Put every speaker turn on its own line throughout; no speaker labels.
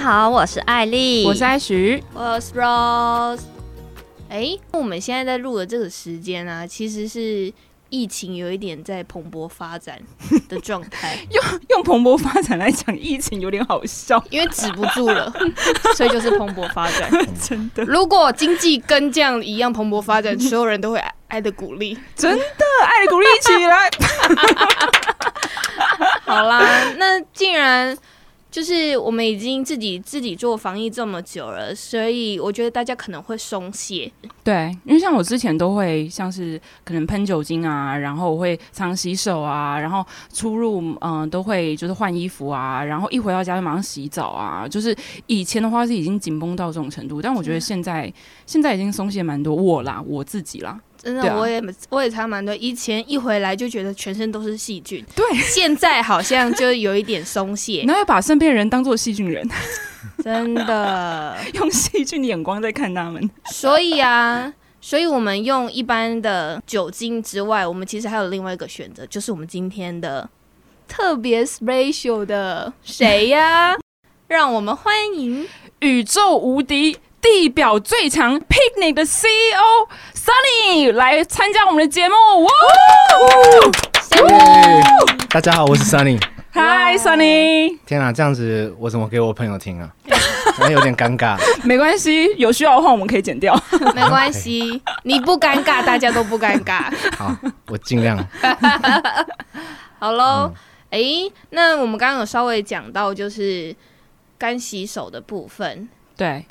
好，我是艾丽，
我是艾徐，
我是 Rose。哎，我们现在在录的这个时间啊，其实是疫情有一点在蓬勃发展的状态，
用用蓬勃发展来讲，疫情有点好 笑，
因为止不住 了，所以就是蓬勃发展。
真的，
如果经济跟这样一样蓬勃发展，所有人都会 挨挨的鼓励。
真的，爱的鼓励起来。
好啦，那既然就是我们已经自己自己做防疫这么久了，所以我觉得大家可能会松懈。
对，因为像我之前都会像是可能喷酒精啊，然后我会常洗手啊，然后出入嗯、呃都会就是换衣服啊，然后一回到家就马上洗澡啊。就是以前的话是已经紧绷到这种程度，但我觉得现在现在已经松懈蛮多我啦，我自己啦。
真的，
对啊
我也我也差蛮多。以前一回来就觉得全身都是细菌，
对，
现在好像就有一点松 懈，
然后把身边人当做细菌人，
真的。
用细菌的眼光在看他们。
所以啊，所以我们用一般的酒精之外，我们其实还有另外一个选择，就是我们今天的特别 special 的谁呀、让我们欢迎
宇宙无敌、地表最强 Picnic 的 CEO Sunny 来参加我们的节目。哇！
大家好，我是 Sunny。
嗨，Sunny，
天啊，这样子我怎么给我朋友听啊？真的有点尴尬。
没关系，有需要的话我们可以剪掉。
没关系，你不尴尬，大家都不尴尬。
好，我尽量。
好喽，
嗯
诶，那我们刚刚有稍微讲到就是干洗手的部分，
对，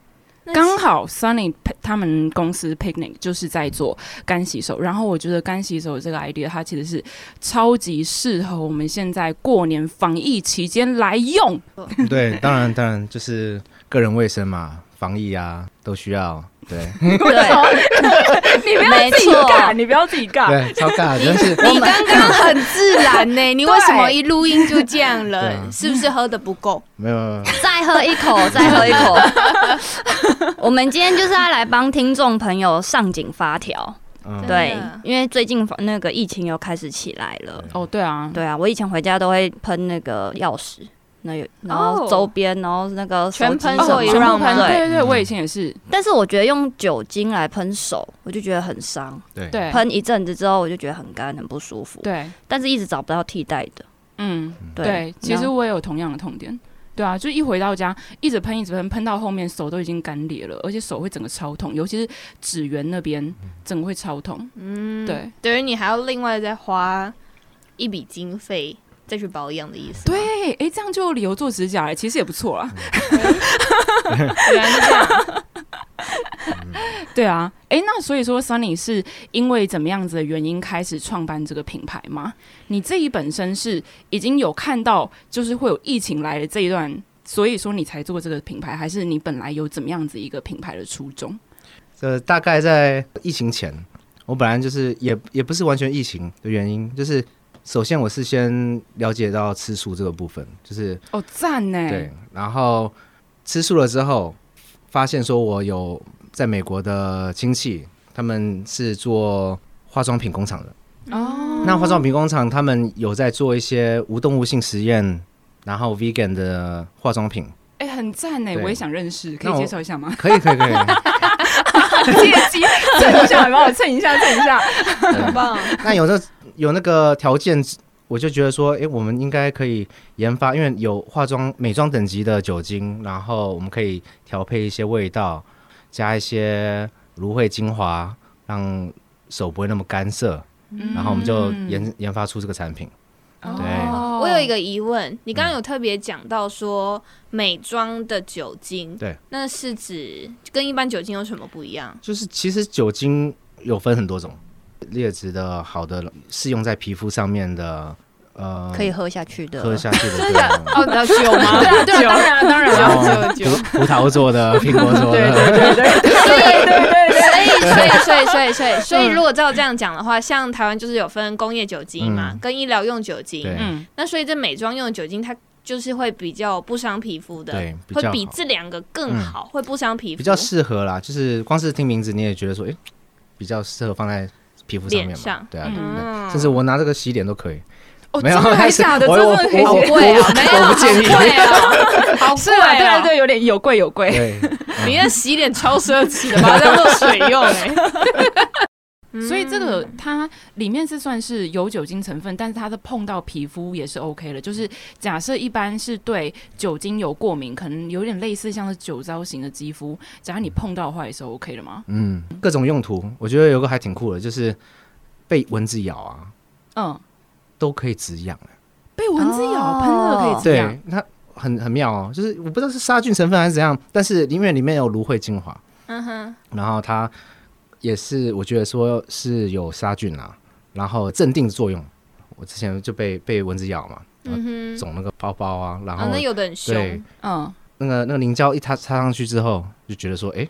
那
刚好 Sunny 他们公司 Picnic 就是在做干洗手，然后我觉得干洗手这个 idea 它其实是超级适合我们现在过年防疫期间来用。
对，当然当然就是个人卫生嘛，防疫啊都需要。对
对，
你不
没
啊要自己
错
尬，你不要自己尬。
对，超尬，但是
你刚刚很自然呢、 你为什么一录音就这样
对
了？
啊
是不是喝的不够？
没有没有没有
再喝一口，再喝一口。 我们今天就是要来帮听众朋友上紧发条，
嗯，
对
真的，
因为最近那个疫情又开始起来了。
哦，对啊，
对啊，我以前回家都会喷那个钥匙，那有然后
哦
周边，然后那个手
全
机
喷
什
过
么
一
全部
让
喷
对
对对对，哦我以前也是，
但是我觉得用酒精来喷手，我就觉得很伤，
对
对
喷一阵子之后我就觉得很干很不舒服，
对，
但是一直找不到替代的。
嗯，
对，
对，其实
然后
我也有同样的痛点。对啊，就一回到家，一直喷，一直喷，喷到后面手都已经干裂了，而且手会整个超痛，尤其是指缘那边，整个会超痛。
嗯，
对，
等于你还要另外再花一笔经费再去保养的意思。，
对，哎，这样就有理由做指甲了，其实也不错啊啦。
原来是这样。
对啊，哎，那所以说，Sunny 是因为怎么样子的原因开始创办这个品牌吗？你自己本身是已经有看到，就是会有疫情来的这一段，所以说你才做这个品牌，还是你本来有怎么样子一个品牌的初衷？
这大概在疫情前，我本来就是也也不是完全疫情的原因，就是首先我是先了解到吃素这个部分，就是
哦，赞呢！
对，然后吃素了之后，发现说我有在美国的亲戚，他们是做化妆品工厂的。
哦，
那化妆品工厂他们有在做一些无动物性实验，然后 vegan 的化妆品，
哎、很赞哎，
对
我也想认识，可
那
以
我？
介绍一下吗
可以可以可以。
借机蹭一下，帮我蹭一下，蹭一下。
很棒，
那有那有那个条件，我就觉得说，诶，我们应该可以研发，因为有化妆美妆等级的酒精，然后我们可以调配一些味道，加一些芦荟精华，让手不会那么干涩。然后我们就
嗯
研、研发出这个产品。对
哦
我有一个疑问，你刚刚有特别讲到说美妆的酒精，
对，
那是指跟一般酒精有什么不一样？
就是其实酒精有分很多种，劣质的、好的，适用在皮肤上面的，呃，
可以喝下去的，
喝下去的，对啊
哦，要酒吗？ 对啊，对啊，当然啊，当然
然
啊，
后
酒酒。
葡萄做的、苹果做
对
的，
对对对，
所以，所以，所以，所以，所以，所以，所以，如果照这样讲的话，像台湾就是有分工业酒精嘛，
嗯
跟医疗用酒精。
对
嗯，
那所以这美妆用的酒精，它就是会比较不伤皮肤的，
对，比
会
较
比
好
这两个更好，会不伤皮肤，
比较适合啦。就是光是听名字你也觉得说，诶，比较适合放在皮肤上面
脸
嘛
上，
对啊，
嗯
对不对？
嗯
甚至我拿这个洗脸都可以。
哦，
没有
真的还假的？这
我
真的可以写
我
好
我
贵啊，没有，
我
好
不建议
贵啊，
好
是
贵
啊，
啊！
对对，有点有贵有贵。
对，
你那洗脸超奢侈的，把它当做水用哎。
所以这个它里面是算是有酒精成分，但是它的碰到皮肤也是 OK 的。就是假设一般是对酒精有过敏，可能有点类似像是酒糟型的肌肤，只要你碰到的话也是 OK 的嘛。
嗯，各种用途，我觉得有个还挺酷的，就是被蚊子咬啊，
嗯，
都可以止痒。
被蚊子咬喷了可以止痒
对，它很很妙哦，就是我不知道是杀菌成分还是怎样，但是因为里面有芦荟精华，
嗯哼，
然后它也是我觉得说是有杀菌啦、然后镇定作用。我之前就被被蚊子咬嘛，
嗯哼，
肿那个包包啊，然后、
啊，那有的很
对
凶，
嗯，
那个那个凝胶一擦擦上去之后，就觉得说哎、诶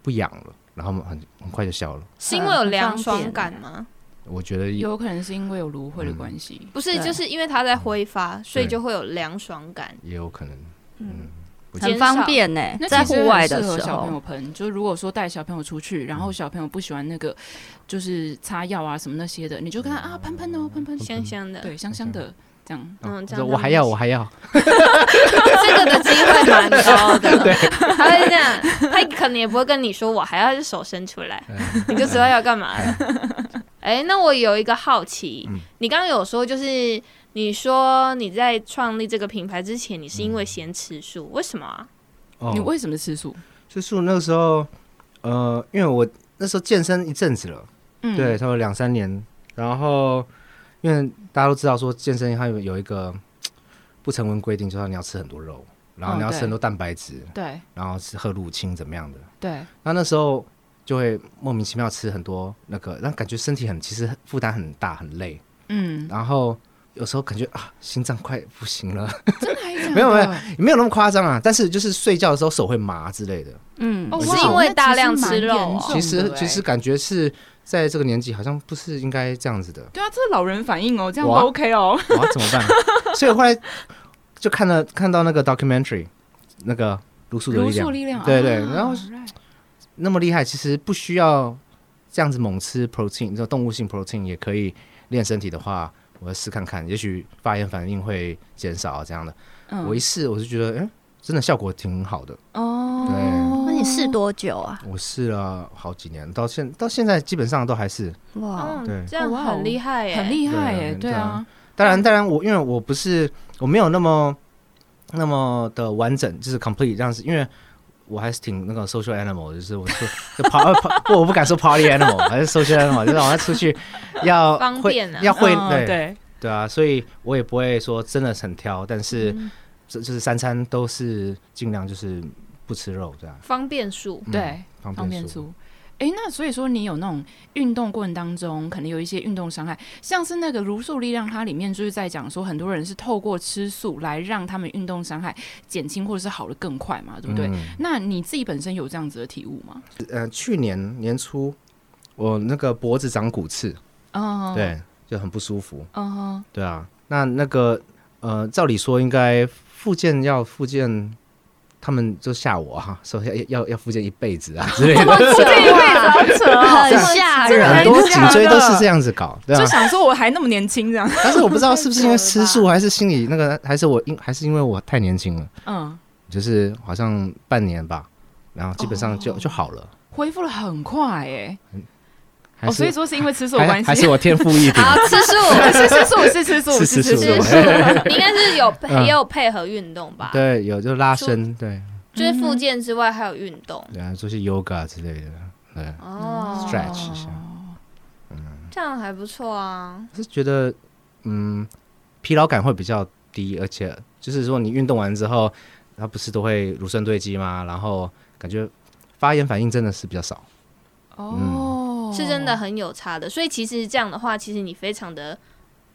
不痒了，然后很很快就消了。
是因为有凉爽感
很
吗？
我觉得
有可能是因为有芦荟的关系。
不是，
对
就是因为它在挥发，所以
对
就会有凉爽感。
也有可能，嗯，不
减
很
少
方便呢
那，其实
在户外的
很适合
时
小朋
候
友，喷，就是如果说带小朋友出去，然后
嗯
小朋友不喜欢那个，就是擦药啊什么那些的，你就跟
嗯
他啊喷喷哦，喷喷，
香香的，
对，香香的这样。
嗯，这
说
样
我还要，我
还
还要，
这个的机会蛮高的，对，他会这样，他可能也不会跟你说我还要手伸出来，
嗯
你就知道要干嘛了。哎，那我有一个好奇，你刚刚有说就是你说你在创立这个品牌之前，你是因为嫌吃素，为什么啊？
哦
你为什么吃素？
吃素那个时候，呃，因为我那时候健身一阵子了，
嗯，
对，差不多两三年。然后，因为大家都知道说健身它有有一个嘖不成文规定，就是你要吃很多肉，然
嗯
后你要吃
对
很多蛋白质，
对
然后吃喝乳清怎么样的。
对，
那那时候就会莫名其妙吃很多那个，让感觉身体很其实负担很大很累，
嗯，
然后。有时候感觉啊，心脏快不行了，
真的还是假的
没有没有没有那么夸张啊，但是就是睡觉的时候手会麻之类的。
嗯
哦，
是
哇
因
为
那其
大
实
量
蛮
吃肉
严
哦
重
其实
的
其实
欸，
感觉是在这个年纪，好像不是应该这样子的
对啊，这是老人反应哦，这样不
哇
OK 哦。
我要怎么 办？所以后来就看了看到那个 documentary，那个卢素的
茹
力
素
量，
力量，
对对
啊
然后
right
那么厉害，其实不需要这样子猛吃 protein，这种动物性 protein 也可以练身体的话，我要试看看，也许发炎反应会减少这样的。
嗯
我一试，我就觉得，哎、真的效果挺好的。
哦，
对
那你试多久啊？
我试了好几年，到现到现在基本上都还是。
哇，
嗯
对
这样
哇哦
很厉害耶，
很厉害
对啊
耶，对
对
啊
啊，
嗯
当然，当然我，因为我不是我没有那么那么的完整，就是 complete 这样子，因为我还是挺那个 social animal，就是我说就跑跑不，我不敢说 party animal，还是 social animal，就是我要出 去要
方
会
便啊
要会、
嗯
对
对，
对啊，所以我也不会说真的很挑，但是
嗯
这、就是三餐都是尽量就是不吃肉这样，
方便素，
嗯
对，方
方
便
便
素。诶，那所以说你有那种运动过程当中，可能有一些运动伤害，像是那个《如素力量》，它里面就是在讲说，很多人是透过吃素来让他们运动伤害减轻或者是好的更快嘛，对不对？
嗯
那你自己本身有这样子的体悟吗？
呃，去年年初我那个脖子长骨刺，
嗯，，
对，就很不舒服，
嗯哼，
对啊，那那个呃，照理说应该复健要复健，他们就吓我啊，说要要要复健一辈 子啊之类的，
这一辈子好扯哦
很吓
这个
人
很
很
多
假
颈
的
椎都是这样子搞，对
就
啊。
想说我还那么年轻这 样，
但是我不知道是不 是因为吃
太扯
素，还是心理那个，还是我因还是因为我太年轻了，
嗯，
就是好像半年吧，然后基本上就、
哦
就好了，
恢复了很快诶。
还
哦，
是、
所以说是因为吃素的
还
关
还是
系，
我天赋 异禀，
好吃素。
是吃素， 是吃素，
是
是吃
吃素
素
吃
的，
素，你应该是有配也有配合运动吧？，
对，有就拉伸，对，
就是复健之外还有运动
然啊后做些 yoga 之类的，对，
哦
Stretch 一下
这样还不错啊。
我是觉得，嗯，疲劳感会比较低，而且就是说你运动完之后，它不是都会乳酸堆积吗？然后感觉发炎反应真的是比较少。
哦，
是真的很有差的。所以其实这样的话，其实你非常的，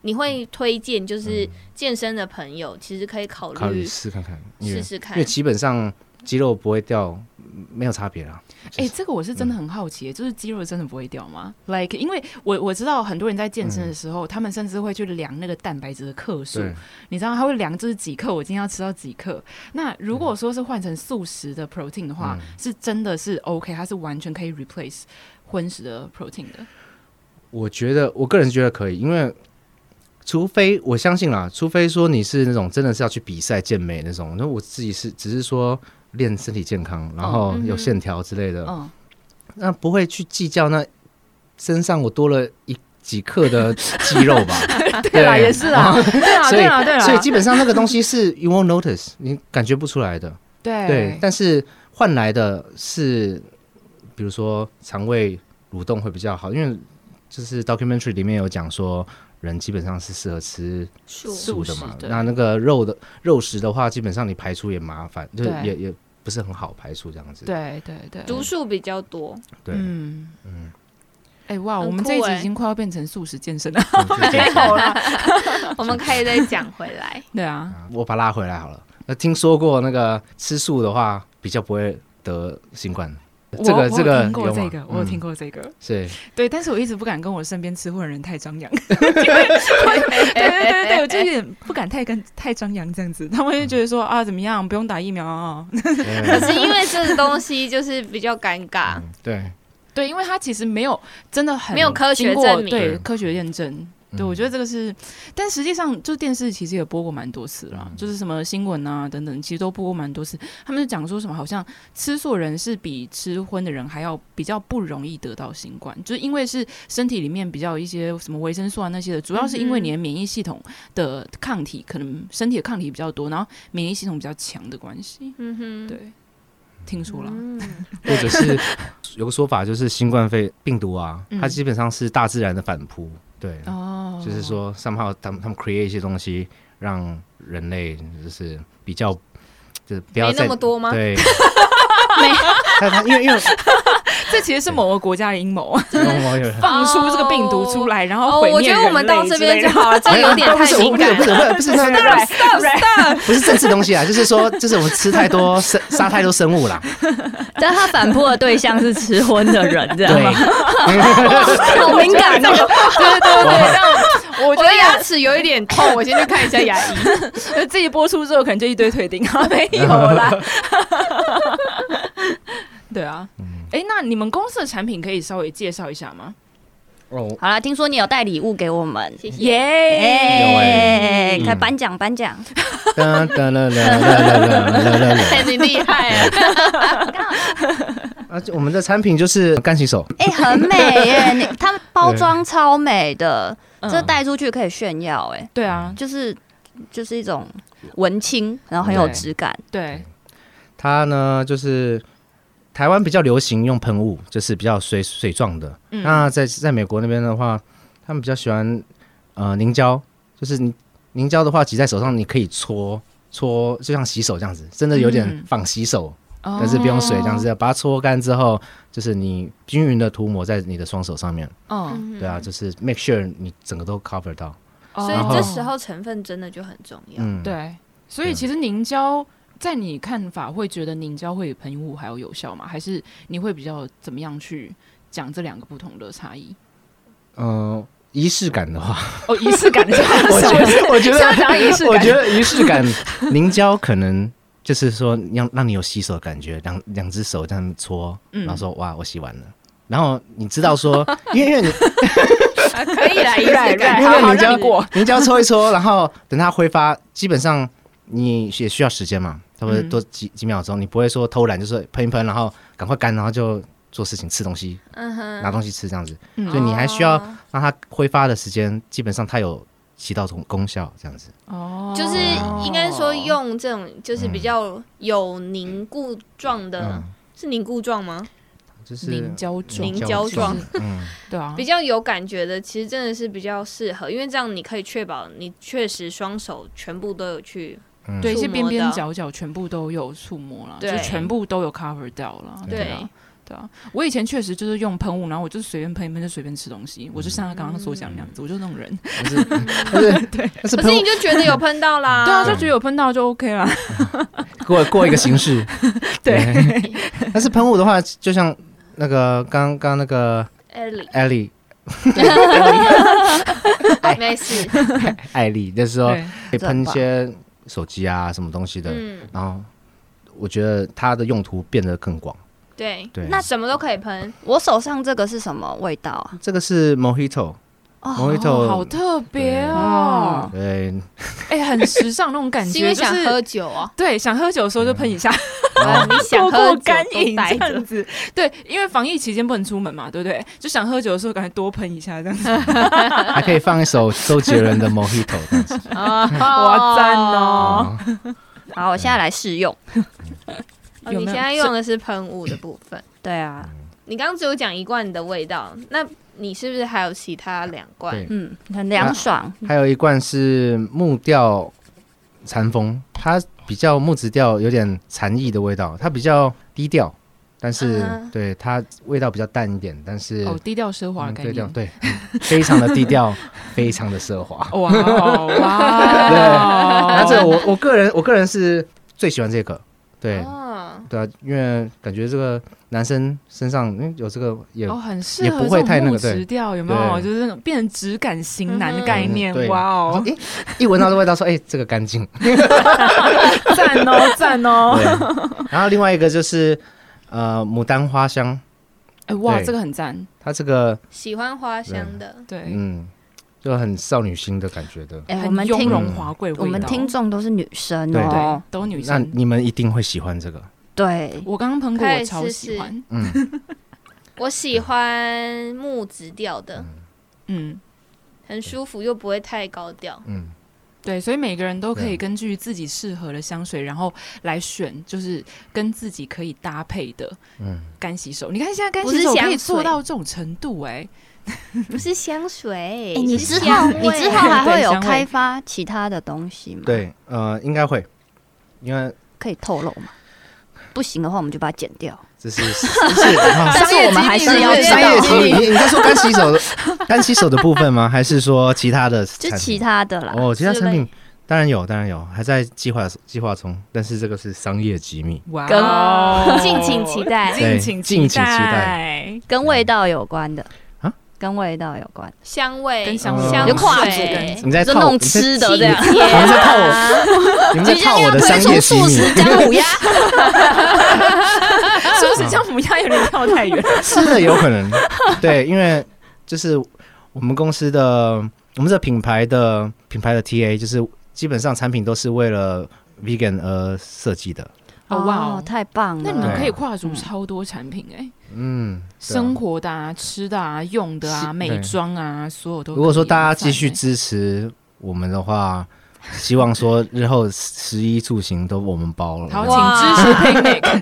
你会推荐就是健身的朋友，其实可以考
嗯考虑
虑
试看看，因为
试试
因
看
为。基本上肌肉不会掉，嗯没有差别啦。
哎、这个我是真
嗯
的很好奇耶，就是肌肉真的不会掉吗？Like，因为我我知道很多人在健身的时候，他们甚至会去量那个蛋白质的克数，
嗯对，
你知道他会量就是几克，我今天要吃到几克。那如
嗯
果说是换成素食的 protein 的话，是真的是 OK，它是完全可以 replace 荤食的 protein 的。
我觉得我个人觉得可以，因为除非我相信啦，除非说你是那种真的是要去比赛健美那种，那我自己是只是说练身体健康，然
哦
后有线条之类的，
嗯，
那不会去计较那身上我多了一几克的肌肉 吧？
对啦，也是啦， 对啦，
哦所以
对啦，对啦，
所以基本上那个东西是 you won't notice，你感觉不出来的。
对
对，但是换来的是，比如说肠胃蠕动会比较好，因为就是 documentary 里面有讲说，人基本上是适合吃
树
素的嘛
素食，对
那那个肉的肉食的话，基本上你排出也麻烦，就是
对
也也不是很好排出这样子。
对对对，
读数比较多，
对，
嗯
嗯，
哎、哇，
很
我们这一
酷
集
欸
已经快要变成素食健身了。
就这样子
我们可以再讲回来。
对啊，
我把它拉回来好了。那听说过那个吃素的话，比较不会得新冠。
我
这
我
个
有
这个
听过
有
这
吗
个，我有听
嗯
过这个。
是
对，但是我一直不敢跟我身边吃货的人太张扬。 对对对对对，我就有点不敢太跟太张扬这样子，他们就觉得说啊怎么样，不用打疫苗啊、
可
嗯 对
是因为这个东西就是比较尴尬，
嗯对，
对，因为他其实没有真的很
没有科学
经过
证明
对
嗯
科学验证。对，我觉得这个是，但实际上就电视其实也播过蛮多次了，
嗯
就是什么新闻啊等等，其实都播过蛮多次。他们就讲说什么，好像吃素人是比吃荤的人还要比较不容易得到新冠，就是因为是身体里面比较有一些什么维生素啊那些的，主要是
嗯
因为你的免疫系统的抗体，可能身体的抗体比较多，然后免疫系统比较强的关系。
嗯哼，
对，听说了，
嗯，
或 者是有个说法就是新冠肺病毒啊，
嗯
它基本上是大自然的反扑，对，
哦，
就是说 somehow 他们他们 create 一些东西让人类就是比较就是不要
没
再
那么多吗？
对，没，但他因为因为
这其实是某个国家的阴谋。
我有
放出这个病毒出来，然后
哦，
毁
我
灭
觉得我们到这边就好了，这
没
个有点
不
太
是我
敏
不是
感
不是
了。
不是不是那
stop stop，
不是政治东西啊，就是说就是我们吃太多生杀太多生物 啦，
但他反扑的对象是吃荤的人，这样
对
吗？， 好敏感哦！
对对 对，但我
我
我
觉
的牙齿有一点痛，我先去看一下牙 医。
得呃自己播出之后，可能就一堆退订 啊，没有啦。对啊，
嗯
哎，那你们公司的产品可以稍微介绍一下吗？
哦，
好啦，听说你有带礼物给我们，
谢谢。
耶！
哎、
嗯
开颁奖颁奖，
噔噔噔噔噔噔噔噔噔。
哎，你厉害啊！
啊，就我们的产品就是干洗手，
哎、很美耶！你它包装超美的，
嗯
这带出去可以炫耀哎、
对啊，
就是就是一种文青，然后很有
对
质感。
对，
它呢就是台湾比较流行用喷雾，就是比较水水状的。
嗯
那在在美国那边的话，他们比较喜欢呃凝胶，就是凝凝胶的话挤在手上，你可以搓搓，就像洗手这样子，真的有点
嗯
仿洗手，
但
但是不用水这样子，把它搓干之后，就是你均匀的涂抹在你的双手上面。
嗯，
对啊，就是 make sure 你整个都 cover 到。
所以
然后
这时候成分真的就很重要。
嗯，。
对，所以其实凝胶。在你看法会觉得凝胶会比喷雾还要有效吗？还是你会比较怎么样去讲这两个不同的差异？
嗯，仪式感的话，
哦，仪式 感的
我觉得，我觉得
是要讲仪式感
我觉得仪式感，凝胶可能就是说让让你有洗手的感觉，两两只手这样搓，
嗯
然后说哇，我洗完了。然后你知 道说，因为因为你
啊可以 啦，仪
对
式
对，
感。
因为
好好
凝胶
让你过，
凝胶搓一搓，然后等它挥发，基本上你也需要时间嘛，差不多
嗯
多几几秒钟，你不会说偷懒，就是喷一喷，然后赶快干，然后就做事情，吃东西，
嗯哼
拿东西吃这样子，
嗯
所以你还需要让它挥发的时间，基本上它有起到这种功效这样子。
哦
就是应该说用这种就是
嗯
比较有凝固状的
嗯，，
是凝固状吗？
就是
凝胶状，
凝胶状
就是，
嗯，
对啊
比，较有感觉的，其实真的是比较适合，因为这样你可以确保你确实双手全部都有去。
嗯
对，一
触
些边
摸
边
的
角角全部都有触摸了，就
对
全部都有 cover 掉了，
对
啊。对啊，我以前确实就是用喷雾，然后我就随便喷一喷就随便吃东西，我就像他刚刚所讲那样子，我就那种人。
但是但是对，但是
可是
喷
你就觉得有喷到啦，
对啊，
嗯
就觉得有喷到就 OK 啦。
过过一个形式，
对，
但是喷雾的话，就像那个刚刚那个
Ellie，
艾丽
没事，
艾丽，就是说
对，
可以喷一些手机啊什么东西的，
嗯，
然后我觉得它的用途变得更广。
对，
对，
那什么都可以喷，
我手上这个是什么味道啊？
这个是 Mojito， Mojito
好特别哦，
对，
哎，很时尚那种感觉，
是因为想
就是
喝酒啊？
对，想喝酒的时候就喷一下，
嗯然后
你想
透
喝
哦过
酒
干
都
饮
待
这
着
样，子。 对，因为防疫期间不能出门嘛，对不对？就想喝酒的时候，赶快多喷一下这样子。
还可以放一首周杰伦的 Mojito 这样子。
哇
赞哦
哦
好，我现在来试用。
哦
有
你
没有
现在用的是喷雾的部分。
对啊，
你刚刚只有讲一罐的味道，那你是不是还有其他两罐？
对
嗯，很凉爽。
还有一罐是木调禅风，它比较木质调，有点禅意的味道，它比较低调，但是、
嗯
对它味道比较淡一点，但是、
哦，低调奢华的
嗯
概
对调
念。
对，嗯非常的低 调，非常的奢华。
哇哦哇
那
哦！
这个我我个人我个人是最喜欢这个，对、
哦，
对啊，因为感觉这个男生身上嗯有这个也、
哦，很适
也
合
不会
这种
太那个
木
对
质调，有没有？
对
就是那种变成质感型男的
嗯
概
嗯
念
对，
哇
我
哦，
说诶一闻到这味道说哎、这个 干净，
赞哦赞哦！
嗯 对，然后另外一个就是呃牡丹花香，
哎哇，
对
这个很赞，
它这个
喜欢花香的，
对，
嗯，就很少女心的感觉的。
哎、
很
我们
雍
听
容华贵味道，
我们听众都是女生
对
对
哦，
都女
那
生。
你们一定会喜欢这个，
对，
我刚刚喷过，
可以
我超
试
喜
试
欢。
嗯，
我喜欢木质调的，
嗯，
很舒服又不会太高调。
嗯，
对，所以每个人都可
对
以根据自己适合的香水，然后来选，就是跟自己可以搭配的。
嗯
嗯，干洗手，你看现在干
不是
洗手可
香
以做
水
到这种程度、哎
不是香水，
哎你
是
之后
香
你
味
之后还会
对
有
香味
开发其他的东西吗？，
对，呃，应该会，因为
可以透露吗？不行的话，我们就把它剪掉。
这 是是是啊
但是我们还是要
对
知
商业
道，
机密。你你在说干洗手的干洗手的部分吗？还是说其他的产
就
品？
其他的啦。
哦，其他产
之
品
类
当然有，当然有，还在计划计划中，但是这个是商业 机密。
哎，哇
跟
哦
敬请期待
对
敬请
敬请期
待，
跟味道有关的
啊，
跟味道有关，
香味，
跟香
味
香
有跨
水
足跟
你在
嗯就
套
弄
我你在
吃的这样。
你们在套我，你们在
即将
套我
要
的商
推出
业机
素
密。
食姜母鸭，
是不是像母鸭有点跳太 远？
真的有可能，对，因为就是我们公司的我们这品牌的品牌的 TA，就是基本上产品都是为了 vegan 而设计的。
哦哇哦
哦太棒了！
那你们可以
对
跨足超多产品、哎、
嗯，对啊
生活的啊、吃的啊、用的啊、
是
美
对
妆啊，所有都可以很赞。
如果说大家继续
哎
支持我们的话，希望说日后十一住行都我们包了。
好，
哇
请支持 p i c n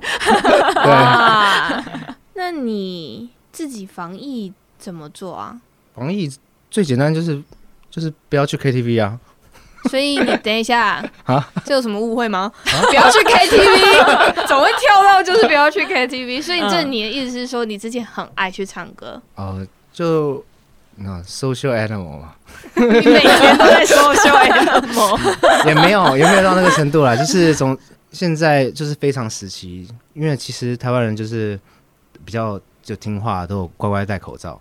对，
哇，那你自己防疫怎么做啊？
防疫最简单就是就是不要去 KTV 啊。
所以你等一下
啊，
这有什么误会吗？不要去 KTV，总会跳到就是不要去 KTV。所以这
嗯
你的意思是说，你之前很爱去唱歌，
呃，就那 social animal 啊嘛。
你每天都在说哎秀 M，
也没有，也没有到那个程度啦。就是从现在就是非常时期，因为其实台湾人就是比较就听话，都有乖乖戴口罩，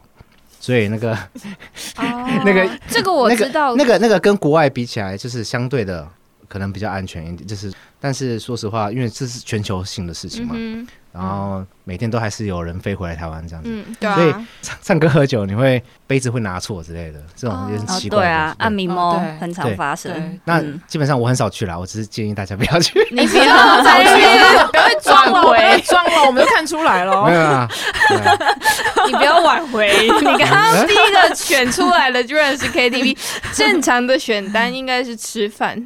所以那个 那个
哦这个我知道，
那个那个跟国外比起来，就是相对的可能比较安全一点。就是，但是说实话，因为这是全球性的事情嘛，
嗯哼
然后每天都还是有人飞回来台湾这样子。
嗯，对
所以
啊，
唱唱歌喝酒，你会杯子会拿错之类的，这种也很
哦
奇怪
对
的东西、
啊，按米猫
哦对
很常发生
对。
那
嗯
基本上我很少去啦，我只是建议大家不要去。
你不要再
再去
去，不要装
装了，不要
回，
装了，我们都看出来了
没
哦。
有啊，对啊
你不要挽回。你刚刚第一个选出来的居然是 KTV，正常的选单应该是吃饭，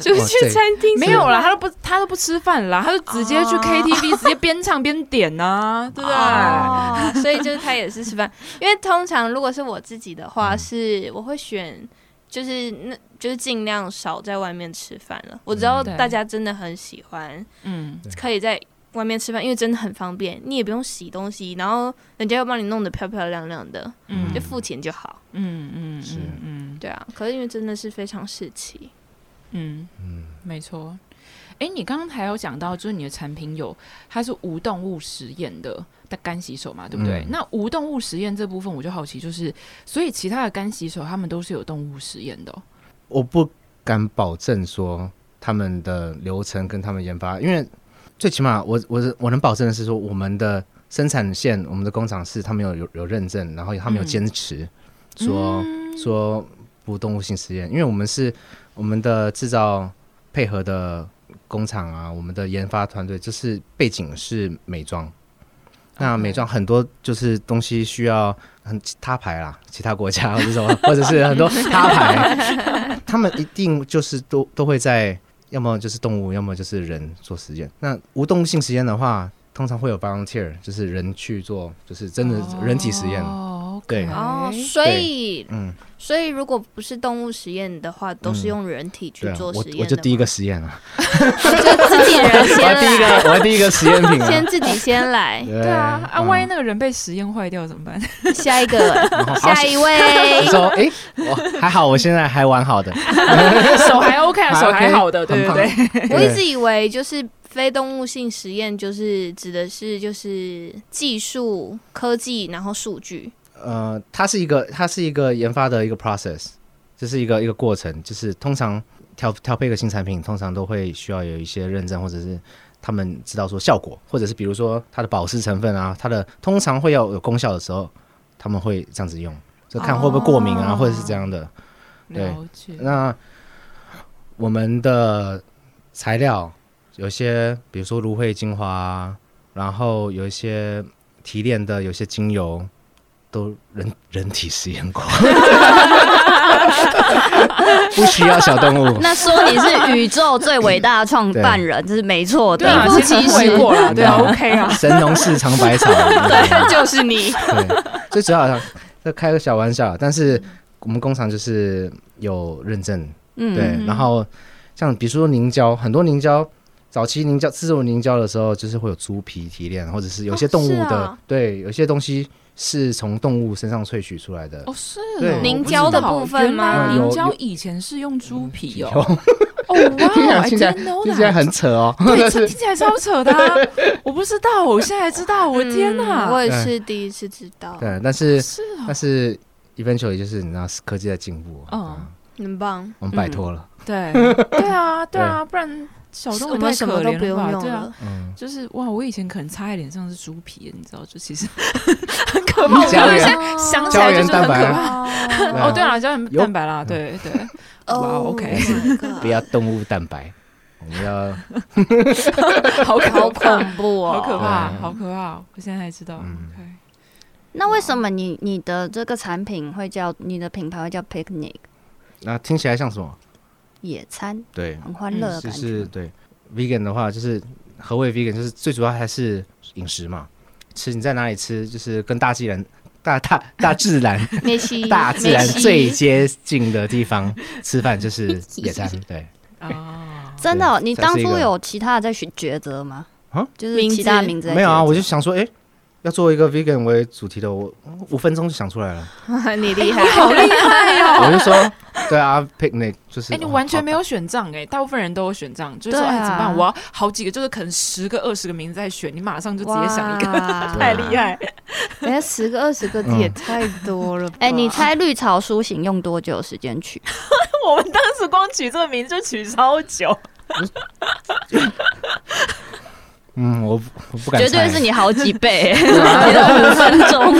就
哇
去
对
餐厅
没有啦，他都不，他都不吃饭啦，他就直接去
哦
KTV，直接边唱边点呐，对不对？
啊
哦，所以就是他也是吃饭，因为通常如果是我自己的话，是我会选，就是那就是尽量少在外面吃饭了。我知道
对
大家真的很喜欢
嗯，
可以在外面吃饭，因为真的很方便，你也不用洗东西，然后人家又帮你弄得漂漂亮亮的，
嗯
就付钱就好。
嗯嗯
是
嗯嗯
对啊，可是因为真的是非常时期，
嗯嗯，没错。哎，你刚刚还有讲到，就是你的产品有它是无动物实验的的干洗手嘛，对不对？
嗯
那无动物实验这部分我就好奇，就是所以其他的干洗手他们都是有动物实验的哦、
我不敢保证说他们的流程跟他们研发，因为最起码我我是我能保证的是说我们的生产线，我们的工厂是他们有有有认证，然后他们有
嗯
坚持，说、说不动物性实验，因为我们是我们的制造配合的工厂啊，我们的研发团队就是背景是美妆。
哦
那美妆很多就是东西需要很他牌啦，其他国家或者什么，或者是很多他牌， 他们一定就是都都会在，要么就是动物，要么就是人做实验。那无动物性实验的话，通常会有 volunteer，就是人去做，就是真的人体实验。
哦，
对
哦，
OK
所以
嗯，
所以如果不是动物实验的话，都是用人体
对
去
啊，
做
我
实验的
我就第一
个
个实验啊，
自己人
我
先
还第一
来，
个，我还第一个实验品啊
先。自己先来，
对
对啊，啊，万一
嗯
那个人被实验坏掉怎 么办？
下一个，
然后好
下一位
你，说，哎，我还好，我现在还完好的，
手还 OK 啊，
还
手
OK，
还好的，对
很
对对。
棒
我一直以为就是非动物性实验，就是指的是就是技术、科技，然后数据。
呃，它是一个，它是一个研发的一个 process，这是一个一个过程，就是通常调调配一个新产品，通常都会需要有一些认证，或者是他们知道说效果，或者是比如说它的保湿成分啊，它的通常会要有功效的时候，他们会这样子用，就看会不会过敏啊，
哦
或者是这样的。对
了解
那我们的材料有些，比如说芦荟精华啊，然后有一些提炼的，有些精油都人人体实验过， 不需要小动物。
那说你是宇宙最伟大的创办人，这是没错
对
的，
啊，
名
其
副
实
其
回
实。
过了，对啊
对啊
，OK 啊，
神农氏尝百草，
啊
嗯
对，就是你。
对，最主要这开个小玩笑，但是我们工厂就是有认证，
嗯，
对，然后像比如说凝胶，很多凝胶，早期凝胶制作凝胶的时候，就是会有猪皮提炼，或者是有些
哦
动物
是
的，
啊
对，有些东西是从动物身上萃取出来的。
哦，是
对
哦
凝
我不
胶的
知道
部分
原来
吗
有
凝胶
有
以前是用猪皮
有
哦， 哦，哇，
听起来 听起来很扯哦，
对，
但
这
是
听起来超扯的 啊，我不知道，我现在才知道，我的天
嗯
哪
我，也是第一次知道，
对，但是
是 啊
但，是 eventually 就是你知道科技在进步，
嗯
嗯，
很棒。
我们摆脱了，
对，对啊，对啊，不然小动
我
物太
们
可
什么都不
怜
用
吧
用
对啊
了，，
嗯，
就是哇，我以前可能擦在脸上是猪皮，你知道，就 其实很可哦怕。我
胶
现
原
在想起来就觉得很可怕。
哦
啊
哦，对啊，胶原
有嗯
蛋白啦，对对。哇，OK
不要动物蛋白，我们要
好可
好
怕，
恐怖
好可
哦！
怕，
对啊
好可怕！我现在才知道。
嗯
OK，
那为什么你你的这个产品会叫你的品牌会叫 Picnic
那听起来像什么？
野餐，
对，
很欢乐的
就
感
嗯是
觉？
对 vegan 的话，就是何谓 vegan，就是最主要还是饮食嘛，吃你在哪里吃，就是跟大自然、大大大自 然、
梅西，
大自然
梅西
最接近的地方吃饭，就是野 餐。对，
啊，
真的哦，你当
这是一
初
个
有其他的在选抉择吗
啊？
就是其他名字在
没有啊，
抉择
我就想说，哎，要做一个 vegan 为主题的，我五分钟就想出来了。
你厉害，
哎
好厉害哦！
我就说，对啊，picnic 就是。
哎，你完全没
有。
有选账哎，大部分人都有选账，就是说
对啊
哎怎么办？我要好几个，就是可能十个、二十个名字在选，你马上就直接想一 个，
哇
对
太厉害！
人家十个二十个字也太多了吧。
哎，你猜绿草苏醒用多久时间取？
我们当时光取这个名字就取超久，
嗯，我不我不敢猜。
绝对是你好几倍，你的五分钟。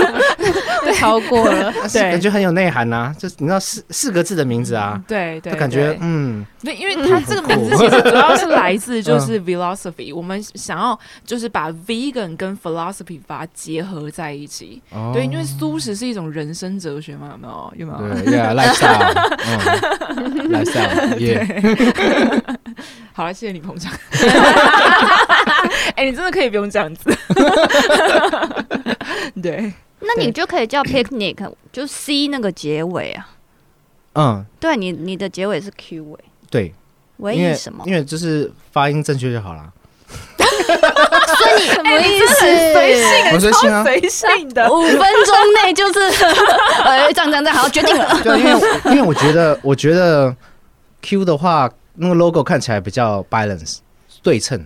超过了，
但 是感觉很有内涵呐，就是你知道四四个字的名字啊，
对对，
就感觉
对
嗯，
对，因为它这个名字其实主要是来自就是 philosophy，、我们想要就是把 vegan 跟 philosophy 把它结合在一起。
哦
对，因为素食是一种人生哲学嘛，有没有？有没有？
对，Yeah, lifestyle，嗯，lifestyle，耶，
好了，谢谢你捧场。 哎、你真的可以不用这样子。 对，
那你就可以叫 picnic，就 C 那个结尾啊。
嗯，
对你，你的结尾是 Q 尾，
对，
为
因为
什么？
因为就是发音正确就好了，
所以哎你什么意
很随性，
我随性啊
超随性的。
五分钟内就是 呃，这样这样这样，好，决定 了。
对，因为我因为我觉得我觉得 Q 的话，那个 logo 看起来比较 balance 对称，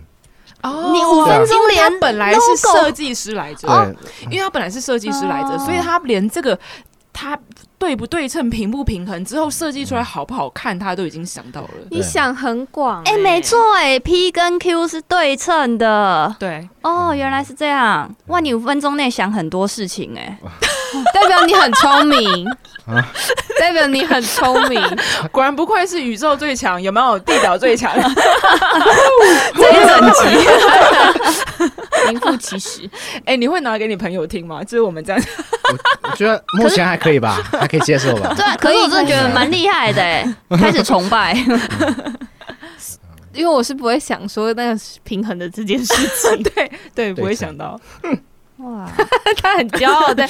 哦
你五分钟
因为
连
他本来是
logo
设计师来着，
对，
因为他本来是设计师来着，
哦
所以他连这个他对不对称、平不平衡之后设计出来好不好看，他都已经想到了。
你想很广欸
哎、没，错哎、p 跟 Q 是对称的
对，
哦，原来是这 样。哇，你五分钟内想很多事情哎、
代表你很聪明，代表你很聪明。
果然不愧是宇宙最强，有没有地表最 强？
这一整集 名副其实。
哎、你会拿给你朋友听吗？就是我们这样，
我觉得目前还可以吧， 还可以接受 吧。
对啊，可是我真的觉得蛮厉害的、欸，开始崇拜。
因为我是不会想说那个平衡的这件事 情，
对对，不会
对
想到。
哇，
他很骄傲 的。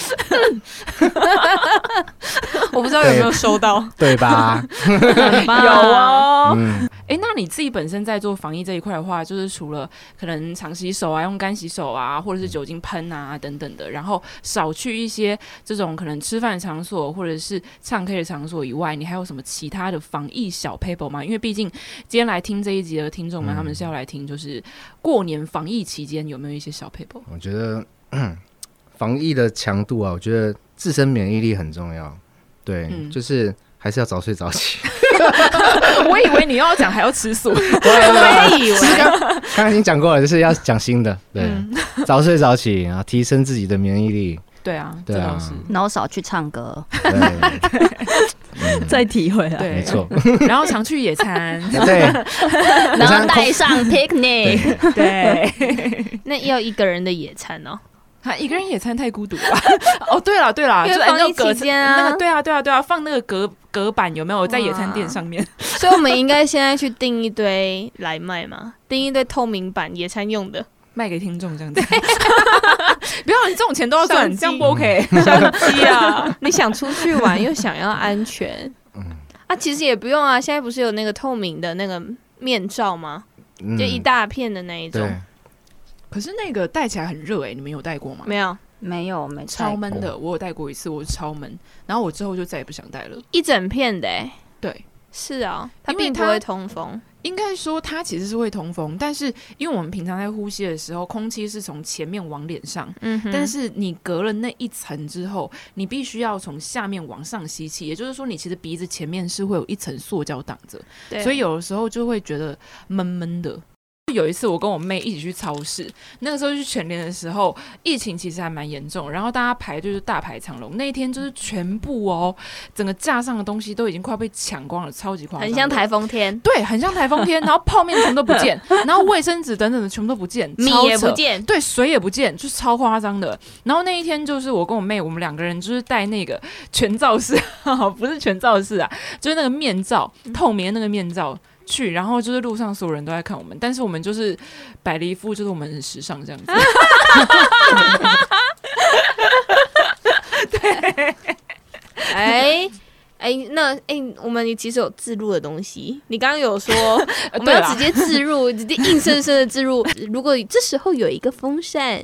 我不知道有没有收到，
对吧？
很
有
棒，
哦。
嗯，
哎、那你自己本身在做防疫这一块的话，就是除了可能常洗手啊、用干洗手啊，或者是酒精喷啊等等的，然后少去一些这种可能吃饭的场所或者是唱 K 的场所以外，你还有什么其他的防疫小 paper 吗？因为毕竟今天来听这一集的听众们，
嗯
他们是要来听就是过年防疫期间有没有一些小 paper？
我觉得嗯防疫的强度啊，我觉得自身免疫力很重要。对，
嗯
就是还是要早睡早起。
我以为你要讲还要吃素，
我也以为。
刚刚已经讲过了，就是要讲新的。对，
嗯
早睡早起，然后提升自己的免疫力。
对啊，
对
这倒
啊
是。
然后少去唱歌，
对，嗯
再体会啊。
对，
没错。
然后常去野餐，
对，
然后带上 picnic，
哎
对
对，
那要一个人的野餐哦，
他一个人野餐太孤独了。 哦，对了对了，
因为
就
防疫
那个隔
期间啊
那个对啊对啊对啊，放那个隔隔板有没有在野餐垫上面？
所以我们应该现在去订一堆来卖嘛，订一堆透明版野餐用的，
卖给听众这样子。 不要，你这种钱都要赚
相，机
这样不 OK。
相机啊！ 你想出去玩又想要安全，
嗯
啊，其实也不用啊，现在不是有那个透明的那个面罩吗？
嗯
就一大片的那一种
对，，
可是那个戴起来很热哎，你们有戴过吗？
没有
没有没
超
唱。
闷的，我有戴过一次，我是超闷，然后我之后就再也不想戴了。
一整片的、欸，
对，
是啊、它
因为
并不
它
会通风，
应该说它其实是会通风，但是因为我们平常在呼吸的时候，空气是从前面往脸上，
嗯哼
但是你隔了那一层之后，你必须要从下面往上吸气，也就是说，你其实鼻子前面是会有一层塑胶挡着，
对
所以有的时候就会觉得闷闷的。有一次我跟我妹一起去超市，那个时候去全联的时候，疫情其实还蛮严重，然后大家排队就大排长龙。那一天就是全部哦，整个架上的东西都已经快被抢光了，超级夸张的，
很像台风天，
对，很像台风天，然后泡面全都不见，然后卫生纸等等的全部都不见，
米
超
也
扯
不见，
对，水也不见，就超夸张的。然后那一天就是我跟我妹，我们两个人就是戴那个全罩式， 不是全罩式啊，就是那个面罩，
嗯
透明的那个面罩去。然后就是路上所有人都在看我们，但是我们就是百丽夫，就是我们很时尚这
啊
样子。呃
哎。 哎，那哎，我们其实有自入的东西。你刚刚有说我们
对
要
啦
直接自入，直接硬生生的自入。如果这时候有一个风扇，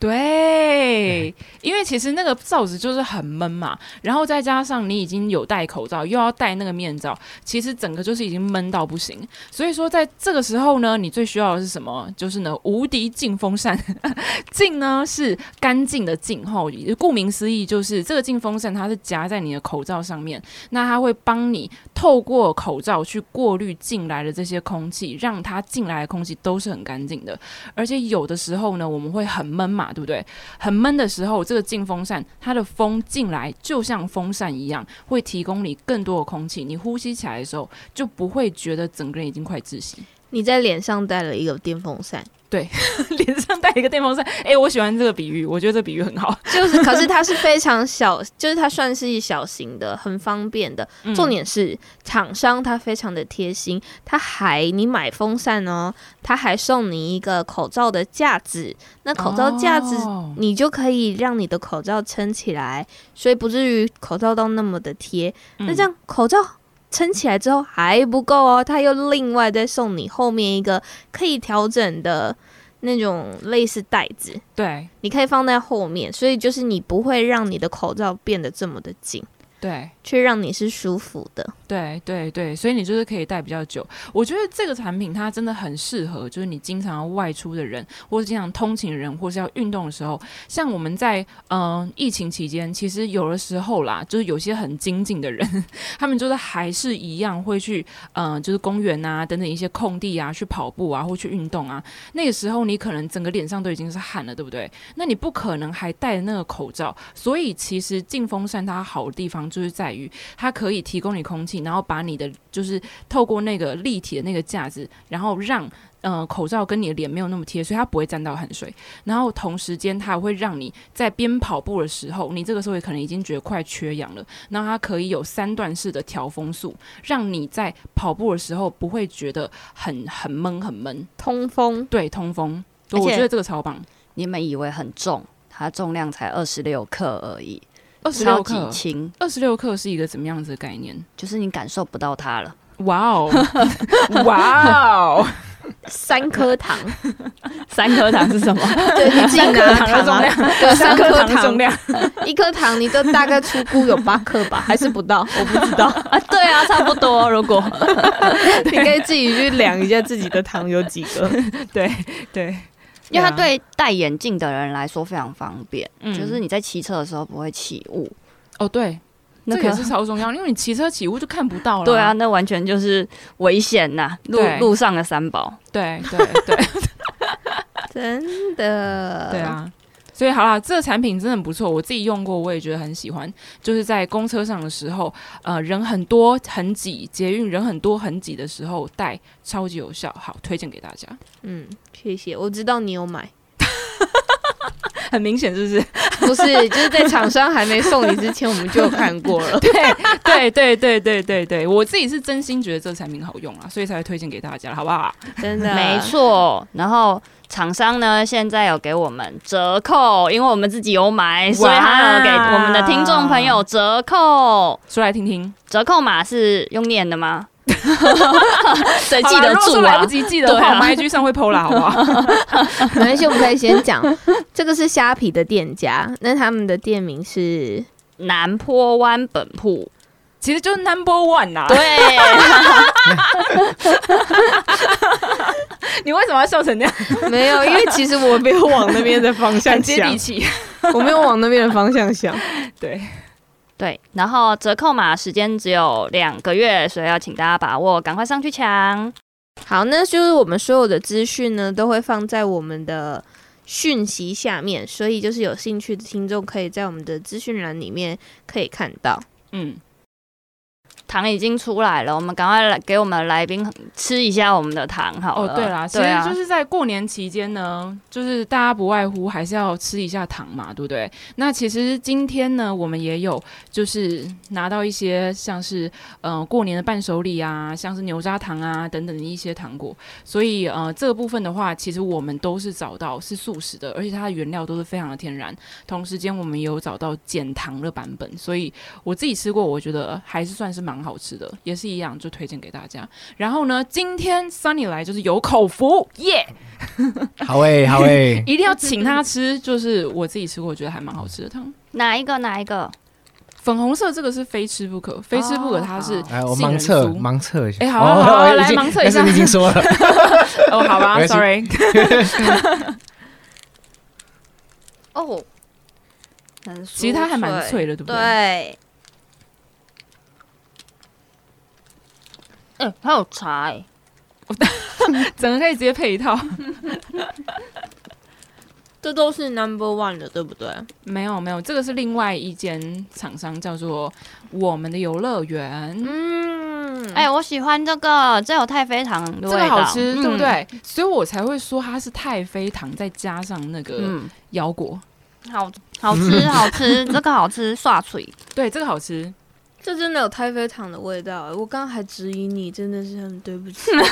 对，因为其实那个罩子就是很闷嘛，然后再加上你已经有戴口罩，又要戴那个面罩，其实整个就是已经闷到不行。所以说，在这个时候呢，你最需要的是什么？就是呢，无敌净风扇。 净呢是干净的净，吼，顾名思义就是这个净风扇，它是夹在你的口罩上面，那它会帮你透过口罩去过滤进来的这些空气，让它进来的空气都是很干净的。而且有的时候呢，我们会很闷嘛，对不对？很闷的时候，这个进风扇它的风进来就像风扇一样，会提供你更多的空气，你呼吸起来的时候就不会觉得整个人已经快窒息。
你在脸上戴了一个电风扇，
脸上带一个电风扇，哎、我喜欢这个比喻，我觉得这比喻很好。
就是，可是它是非常小，就是它算是小型的，很方便的。
嗯
重点是厂商它非常的贴心，它还你买风扇哦，它还送你一个口罩的架子，那口罩架子
哦
你就可以让你的口罩撑起来，所以不至于口罩到那么的贴。
嗯
那这样口罩撑起来之后还不够哦，它又另外再送你后面一个可以调整的那种类似袋子，
对
你可以放在后面，所以就是你不会让你的口罩变得这么的紧，
对
却让你是舒服的。
对对对，所以你就是可以戴比较久。我觉得这个产品它真的很适合，就是你经常要外出的人，或是经常通勤的人，或是要运动的时候。像我们在嗯、呃疫情期间，其实有的时候啦，就是有些很精进的人， 他们就是还是一样会去嗯、呃就是公园啊等等一些空地啊去跑步啊或去运动啊。那个时候你可能整个脸上都已经是汗了，对不对？那你不可能还戴着那个口罩，所以其实进风扇它好的地方方就是在于它可以提供你空气，然后把你的就是透过那个立体的那个架子，然后让呃口罩跟你的脸没有那么贴，所以它不会沾到汗水。然后同时间它会让你在边跑步的时候，你这个时候也可能已经觉得快缺氧了，那它可以有三段式的调风速，让你在跑步的时候不会觉得很很闷很闷。
通风，
对，通风，
而且
我觉得这个超棒，
你们以为很重，它重量才二十六克而已，
二十
超
六
级
克，
轻，
二十六克是一个怎么样子的概念？
就是你感受不到它了。
哇哦， 哇哦，
三颗糖，
三颗糖是什 么？
对你自己拿
三颗糖的重量，
对，
三
三
颗
颗
糖的重
糖，
量，
一颗糖你就大概出估有八克 吧，还是不到，我不 知道，
啊，对啊，差不多。如果
你可以自己去量一下自己的糖有几个。
对对，啊
因为它对戴眼镜的人来说非常方便，
嗯
就是你在骑车的时候不会起雾。
哦对，
那
这个也
个
是超重要，因为你骑车起雾就看不到了。
对啊，，那完全就是危险呐、路
对
路上的三宝。
对对对
真的，
对，啊。所以好啦，这个产品真的很不错，我自己用过，我也觉得很喜欢。就是在公车上的时候，呃，人很多很挤，捷运人很多很挤的时候戴，超级有效，好，推荐给大家。
嗯，谢谢，我知道你有 买，
很明显，是不是？
不是，就是在厂商还没送你之前，我们就有看过了。
对对对对对对，我自己是真心觉得这个产品好用啊，所以才会推荐给大家，好不好？
真的，
没错，然后厂商呢现在有给我们折扣，因为我们自己有买，所以他有给我们的听众朋友折扣。
说来听听，
折扣码是用念的 吗？谁记
好啦
得
如果
住
说来
啊
不？及记 得的
对
话，
啊
我们 IG 上会 PO 啦，好不好？
没关系，我们可以先讲， 这个是虾皮的店家，那他们的店名是
南坡湾本铺，
其实就是 Number One 啊呐、
对，
你为什么要笑成 那样？
没有，因为其实我没有往那 边的方
很
向
接
想
地，气。
我没有往那边的方向想。
对，
对。然后折扣码时间只有两个月，所以要请大家把握，赶快上去抢。
好，那就是我们所有的资讯呢，都会放在我们的讯息下面，所以就是有兴趣的听众可以在我们的资讯栏里面可以看到。
嗯，
糖已经出来了，我们赶快来给我们来宾吃一下我们的糖好
哦
了。
对啦，其
对
实
啊
就，是在过年期间呢，就是大家不外乎还是要吃一下糖嘛，对不对？那其实今天呢，我们也有就是拿到一些像是呃过年的伴手礼啊，像是牛轧糖啊等等的一些糖果，所以呃这个部分的话，其实我们都是找到是素食的，而且它的原料都是非常的天然。同时间我们也有找到减糖的版本，所以我自己吃过，我觉得还是算是蛮好吃的，也是一样就推荐给大家。然后呢，今天 Sunny 来就是有口 福耶
好诶、好诶、
一定要请他吃，就是我自己吃过，我觉得还蛮好吃的汤。
哪一个哪一个？
粉红色这个是非吃不可，非吃不可它是
哦哎来，我
杏
盲
仁
测
酥
盲测一下。哦
哎好啊好啊来
已经
盲测一下
但是你已经说了，
哦，好吧
没关系
，sorry，
哦，很酥
其实它还蛮脆的，对不对？
对。哎、它有茶哎、
整个可以直接配一套。
这都是 number one 的，对不对？
没有没有，这个是另外一间厂商叫做我们的游乐园。
嗯，
哎、我喜欢这个，这有太妃糖的
这
味道
个好吃，对不？
嗯
对？所以我才会说它是太妃糖，再加上那个
嗯，
腰果。
好嗯好吃，好 吃，这个好吃，刷嘴。
对，这个好吃。
这真的有太妃糖的味道、哎我刚刚还质疑你，真的是很对不起。
是不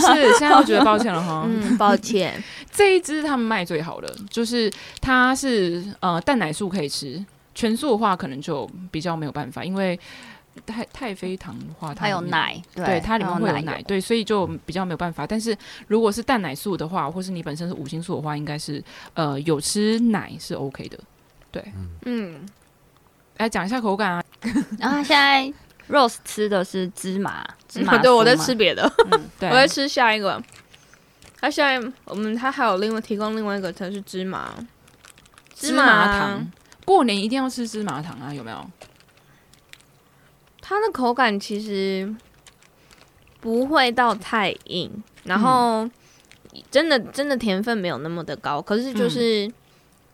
是？现在又觉得抱歉了 哈。
嗯，抱歉。
这一支他们卖最好的，就是它是呃蛋奶素可以吃，全素的话可能就比较没有办法，因为太太妃糖的话，它
还有
里面。
奶，对
对，它里面会有
还
奶，对，所以就比较没有办法。但是如果是蛋奶素的话，或是你本身是五星素的话，应该是呃有吃奶是 OK 的。
嗯，
来讲一下口感啊，
然后现在 Rose 吃的是芝 麻，芝麻酥嘛。
对我在吃别的，
嗯
对，
我在吃下一个。它下一我们它还有另外提供另外一个，它是芝麻
芝麻糖。过年一定要吃芝麻糖啊，有没有？
它的口感其实不会到太硬，
嗯
然后真的真的甜分没有那么的高，可是就是。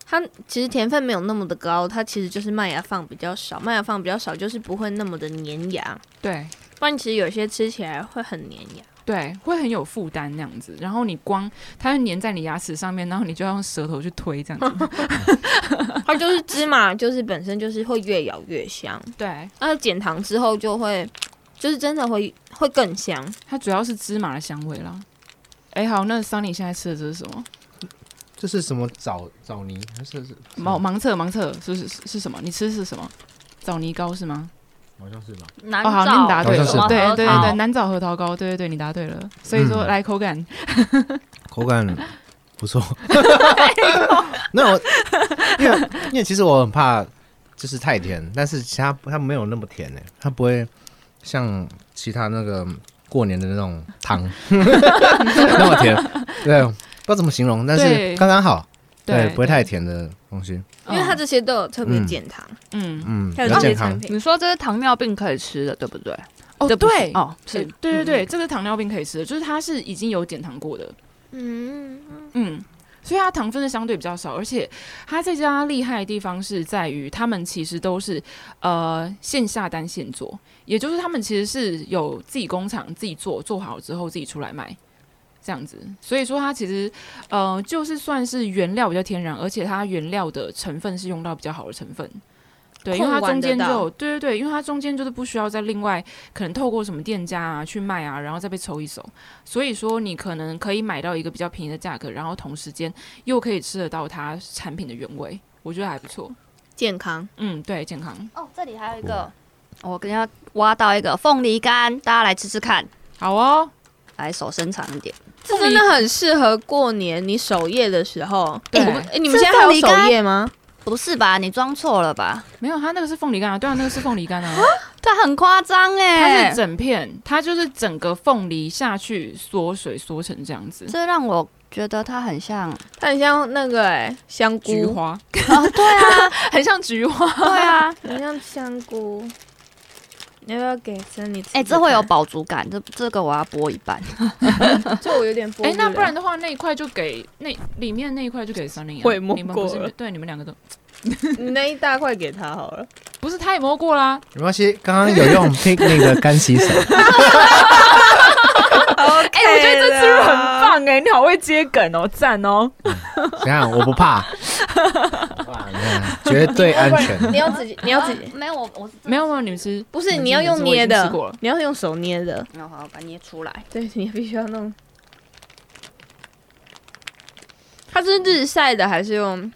它其实甜分没有那么的高，它其实就是麦芽放比较少，麦芽放比较少就是不会那么的粘牙，
对
不然其实有些吃起来会很粘牙。
对，会很有负担那样子。然后你光它就粘在你牙齿上面，然后你就要用舌头去推这样子。
它就是芝麻，就是本身就是会越咬越香，
对，
然后减糖之后就会，就是真的会会更香。
它主要是芝麻的香味啦。哎，好，那桑尼现在吃的这是什么？
这是什么枣枣泥？还是是
盲？盲测盲测是是是什么？你吃的是什么？枣泥糕是吗？
好像是吧。
难
哦，好，那你答对了，
好像是
对对对对，
对
南枣核桃糕，对对对，你答对了。所以说，
嗯
来口感，
口感不错。那我因为因为其实我很怕就是太甜，但是其他它没有那么甜呢、欸它不会像其他那个过年的那种糖那么甜。对，不知道怎么形容，但
对
是刚刚好，对，不
对
会太甜的东西。
因为它
嗯
这些都有特别
嗯
减糖，
嗯，
嗯，
还
比
有这
较
些
健
产
康。
品。
你说这是糖尿病可以吃的，对不对？
哦
这不是
对
哦，
对
是
对对对，这个糖尿病可以吃的，就是它是已经有减糖过的，
嗯，
嗯，所以它糖分的相对比较少，而且它这家厉害的地方是在于，他们其实都是呃线下单现做，也就是他们其实是有自己工厂自己做，做好之后自己出来卖。这样子，所以说它其实，呃，就是算是原料比较天然，而且它原料的成分是用到比较好的成分，对，因为它
控管
中
得
间就
到
有对对对，因为它中间就是不需要再另外可能透过什么店家啊去卖啊，然后再被抽一手，所以说你可能可以买到一个比较便宜的价格，然后同时间又可以吃得到它产品的原味，我觉得还不错。
健康。
嗯，对，健康。
哦，这里还有一个，我跟要挖到一个凤梨干，大家来吃吃看，
好哦，
来手伸长一点。
这真的很适合过年你守夜的时候。
对
哎我们哎你们
这
现在还
凤
有
梨
守
干
夜吗？
不是吧？你装错了吧？
没有，它那个是凤梨干啊，对啊，那个是凤梨干啊，
它很夸张
它
哎，
是整片，它就是整个凤梨下去缩水缩成这样子，
这让我觉得它很像
它很像那个哎香
菊
菇，
花，
啊，对啊，
很像菊花，
对啊，
很像香菇。你要不要给森你？
哎、这会有，饱足感，这这个我要剥一半。
这我有点剥
哎、
离
那
了
不然的话，那一块就给那里面那一块就给森林、啊，
我也摸
你们不
过了
是对你们两个都
你那一大块给他好了。
不是，他也摸过啦，
没关系，刚刚有用 pick 那个干洗手，
哎、我觉得这次很 棒哎、你好会接梗哦，赞哦。
你看我不怕，哇，你看绝对安全。
你要自己，你要自己，
啊没有我我是
没有没有，你们吃
不
你
是
们
你要
自己
用
吃我已
捏
经
的
吃过了，
你要用手捏的。
没有好，我把它捏出来。
对，你必须要弄。它是日晒的还是用？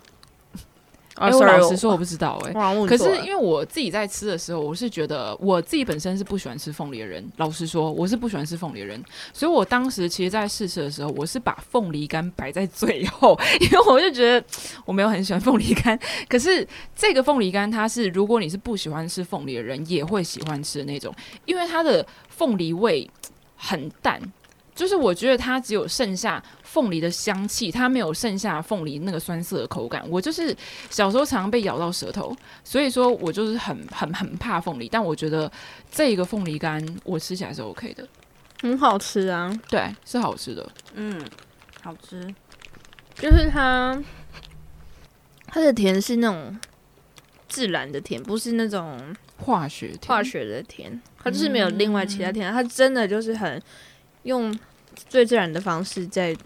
哎、
啊
我
，sorry，
老
我
实说我不知道哎、
忘了问
可
错
是
了
因为我自己在吃的时候，我是觉得我自己本身是不喜欢吃凤梨的人。老实说，我是不喜欢吃凤梨的人，所以哦我当时其实，在试吃的时候，我是把凤梨干摆在最后，因为我就觉得我没有很喜欢凤梨干。可是这个凤梨干，它是如果你是不喜欢吃凤梨的人，也会喜欢吃的那种，因为它的凤梨味很淡。就是我觉得它只有剩下凤梨的香气，它没有剩下凤梨那个酸涩的口感。我就是小时候常常被咬到舌头，所以说我就是很很很怕凤梨，但我觉得这个凤梨干我吃起来是 OK 的，
很好吃啊，
对，是好吃的。
嗯，好吃。
就是它，它的甜是那种自然的甜，不是那种
化学甜
化学的甜，它就是没有另外其他甜，它真的就是很用最自然的方式在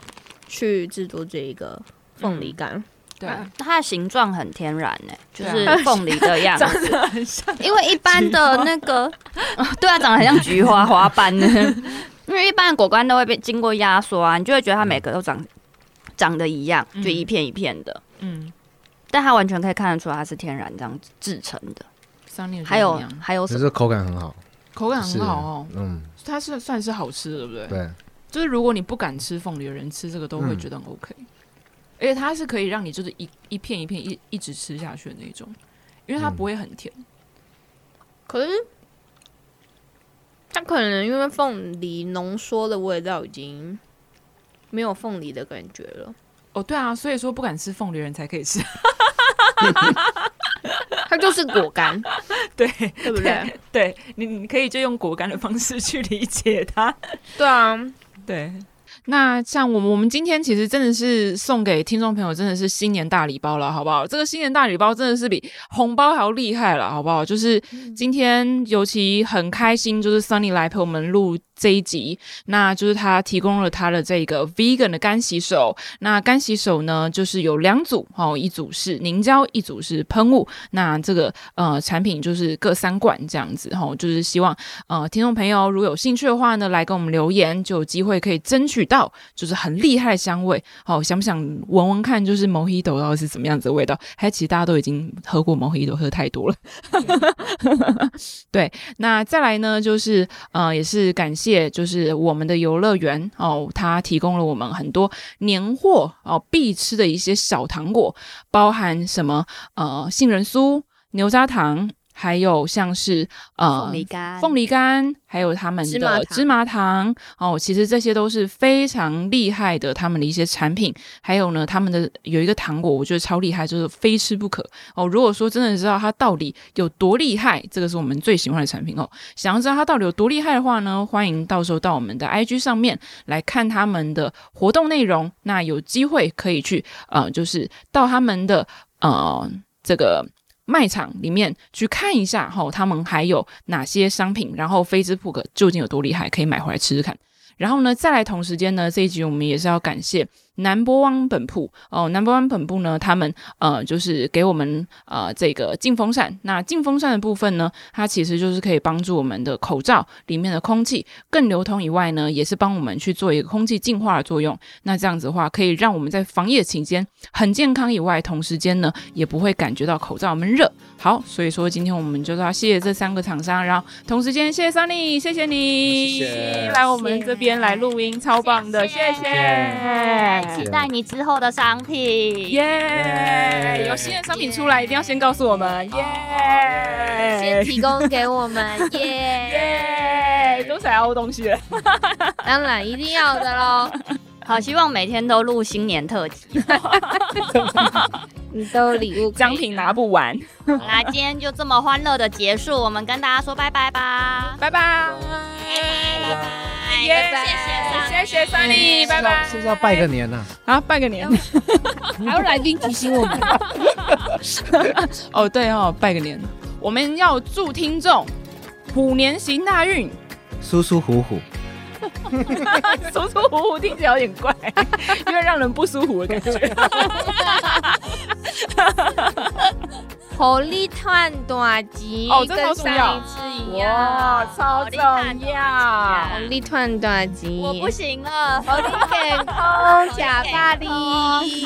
去制作这一个凤梨干，
对，
嗯
它的形状很天然呢、就
对啊
是凤梨的 样子，
得很像。
因为一般的那 个，啊对啊，长得很像菊花花 瓣呢。因为一般的果干都会被经过压缩啊，你就会觉得它每个都长长得一样，就一片一片的。
嗯，
但它完全可以看得出它是天然这样子制成的。
桑念
还有还有
可
什
是
么？
口感很好，
口感很好哦，
嗯，
它是算是好吃的，对不对？
对，
就是如果你不敢吃凤梨的人吃这个都会
嗯
觉得很 OK，、而且它是可以让你就是一一片一片一一直吃下去的那种，因为它
嗯
不会很甜。
可是。它可能因为凤梨浓缩的味道已经没有凤梨的感觉了，
哦，对啊，所以说不敢吃凤梨的人才可以吃，
它就是果干，
对
对不对？
对，你你可以就用果干的方式去理解它。
对啊，
对，那像我们，我们今天其实真的是送给听众朋友，真的是新年大礼包了，好不好？这个新年大礼包真的是比红包还要厉害了，好不好？就是今天尤其很开心，就是 Sunny 来陪我们录这一集，那就是他提供了他的这个 vegan 的干洗手。那干洗手呢，就是有两组哦，一组是凝胶，一组是喷雾。那这个呃产品就是各三罐这样子哦，就是希望呃，听众朋友如果有兴趣的话呢，来给我们留言，就有机会可以争取到就是很厉害的香味。好、想不想闻闻看，就是 Mojito 到底是怎么样子的味道？还其实大家都已经喝过 Mojito，喝太多了。
嗯
对，那再来呢，就是呃，也是感谢就是我们的游乐园哦，它提供了我们很多年货哦必吃的一些小糖果，包含什么呃杏仁酥、牛轧糖。还有像是呃
凤梨干，
凤梨干，还有他们
芝麻
的
糖
芝麻糖哦，其实这些都是非常厉害的他们的一些产品。还有呢，他们的有一个糖果，我觉得超厉害，就是非吃不可哦。如果说真的知道它到底有多厉害，这个是我们最喜欢的产品哦。想要知道它到底有多厉害的话呢，欢迎到时候到我们的 IG 上面来看他们的活动内容。那有机会可以去呃，就是到他们的呃这个卖场里面去看一下哈、他们还有哪些商品，然后飞之扑克究竟有多厉害，可以买回来吃吃看。然后呢，再来同时间呢，这一集我们也是要感谢南波湾本铺哦，南波湾本铺呢，他们呃就是给我们呃这个净风扇。那净风扇的部分呢，它其实就是可以帮助我们的口罩里面的空气更流通以外呢，也是帮我们去做一个空气净化的作用。那这样子的话，可以让我们在防疫的期间很健康以外，同时间呢也不会感觉到口罩闷热。好，所以说今天我们就是要谢谢这三个厂商，然后同时间谢谢 Sunny，谢谢你
谢谢
来我们这边来录音，超棒的，
谢
谢
谢
谢。
期待你之后的商品。
耶！有新的商品出来，一定要先告诉我们。
先
耶！
提供给我们 耶，
耶！都想要欧东西了。
当然一定要的喽，
好，希望每天都录新年特 辑。
你都有礼物可以
奖品拿不完，
好啦，今天就这么欢乐的结束，我们跟大家说拜拜吧。
拜拜！
拜拜，
耶
谢谢上帝
谢谢三丽，拜拜！
是不是要拜个年呐、
啊，拜个年！
还有来宾提醒我们，
哦，对哦，拜个年！我们要祝听众虎年行大运，
舒舒服服。
舒舒服服，听起来有点怪，有点让人不舒服的感觉。
火力探短集
哦这超
跟
重
上
要
一次一
哇，
样，
超重要！
火力探短集，
我不行了，
火力健康假大力，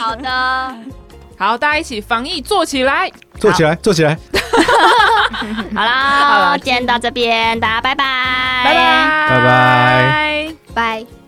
好的，
好，大家一起防疫做起来！
坐起来，坐起来，
好啦，今天到这边，大家拜拜，
拜拜，
拜拜。
拜。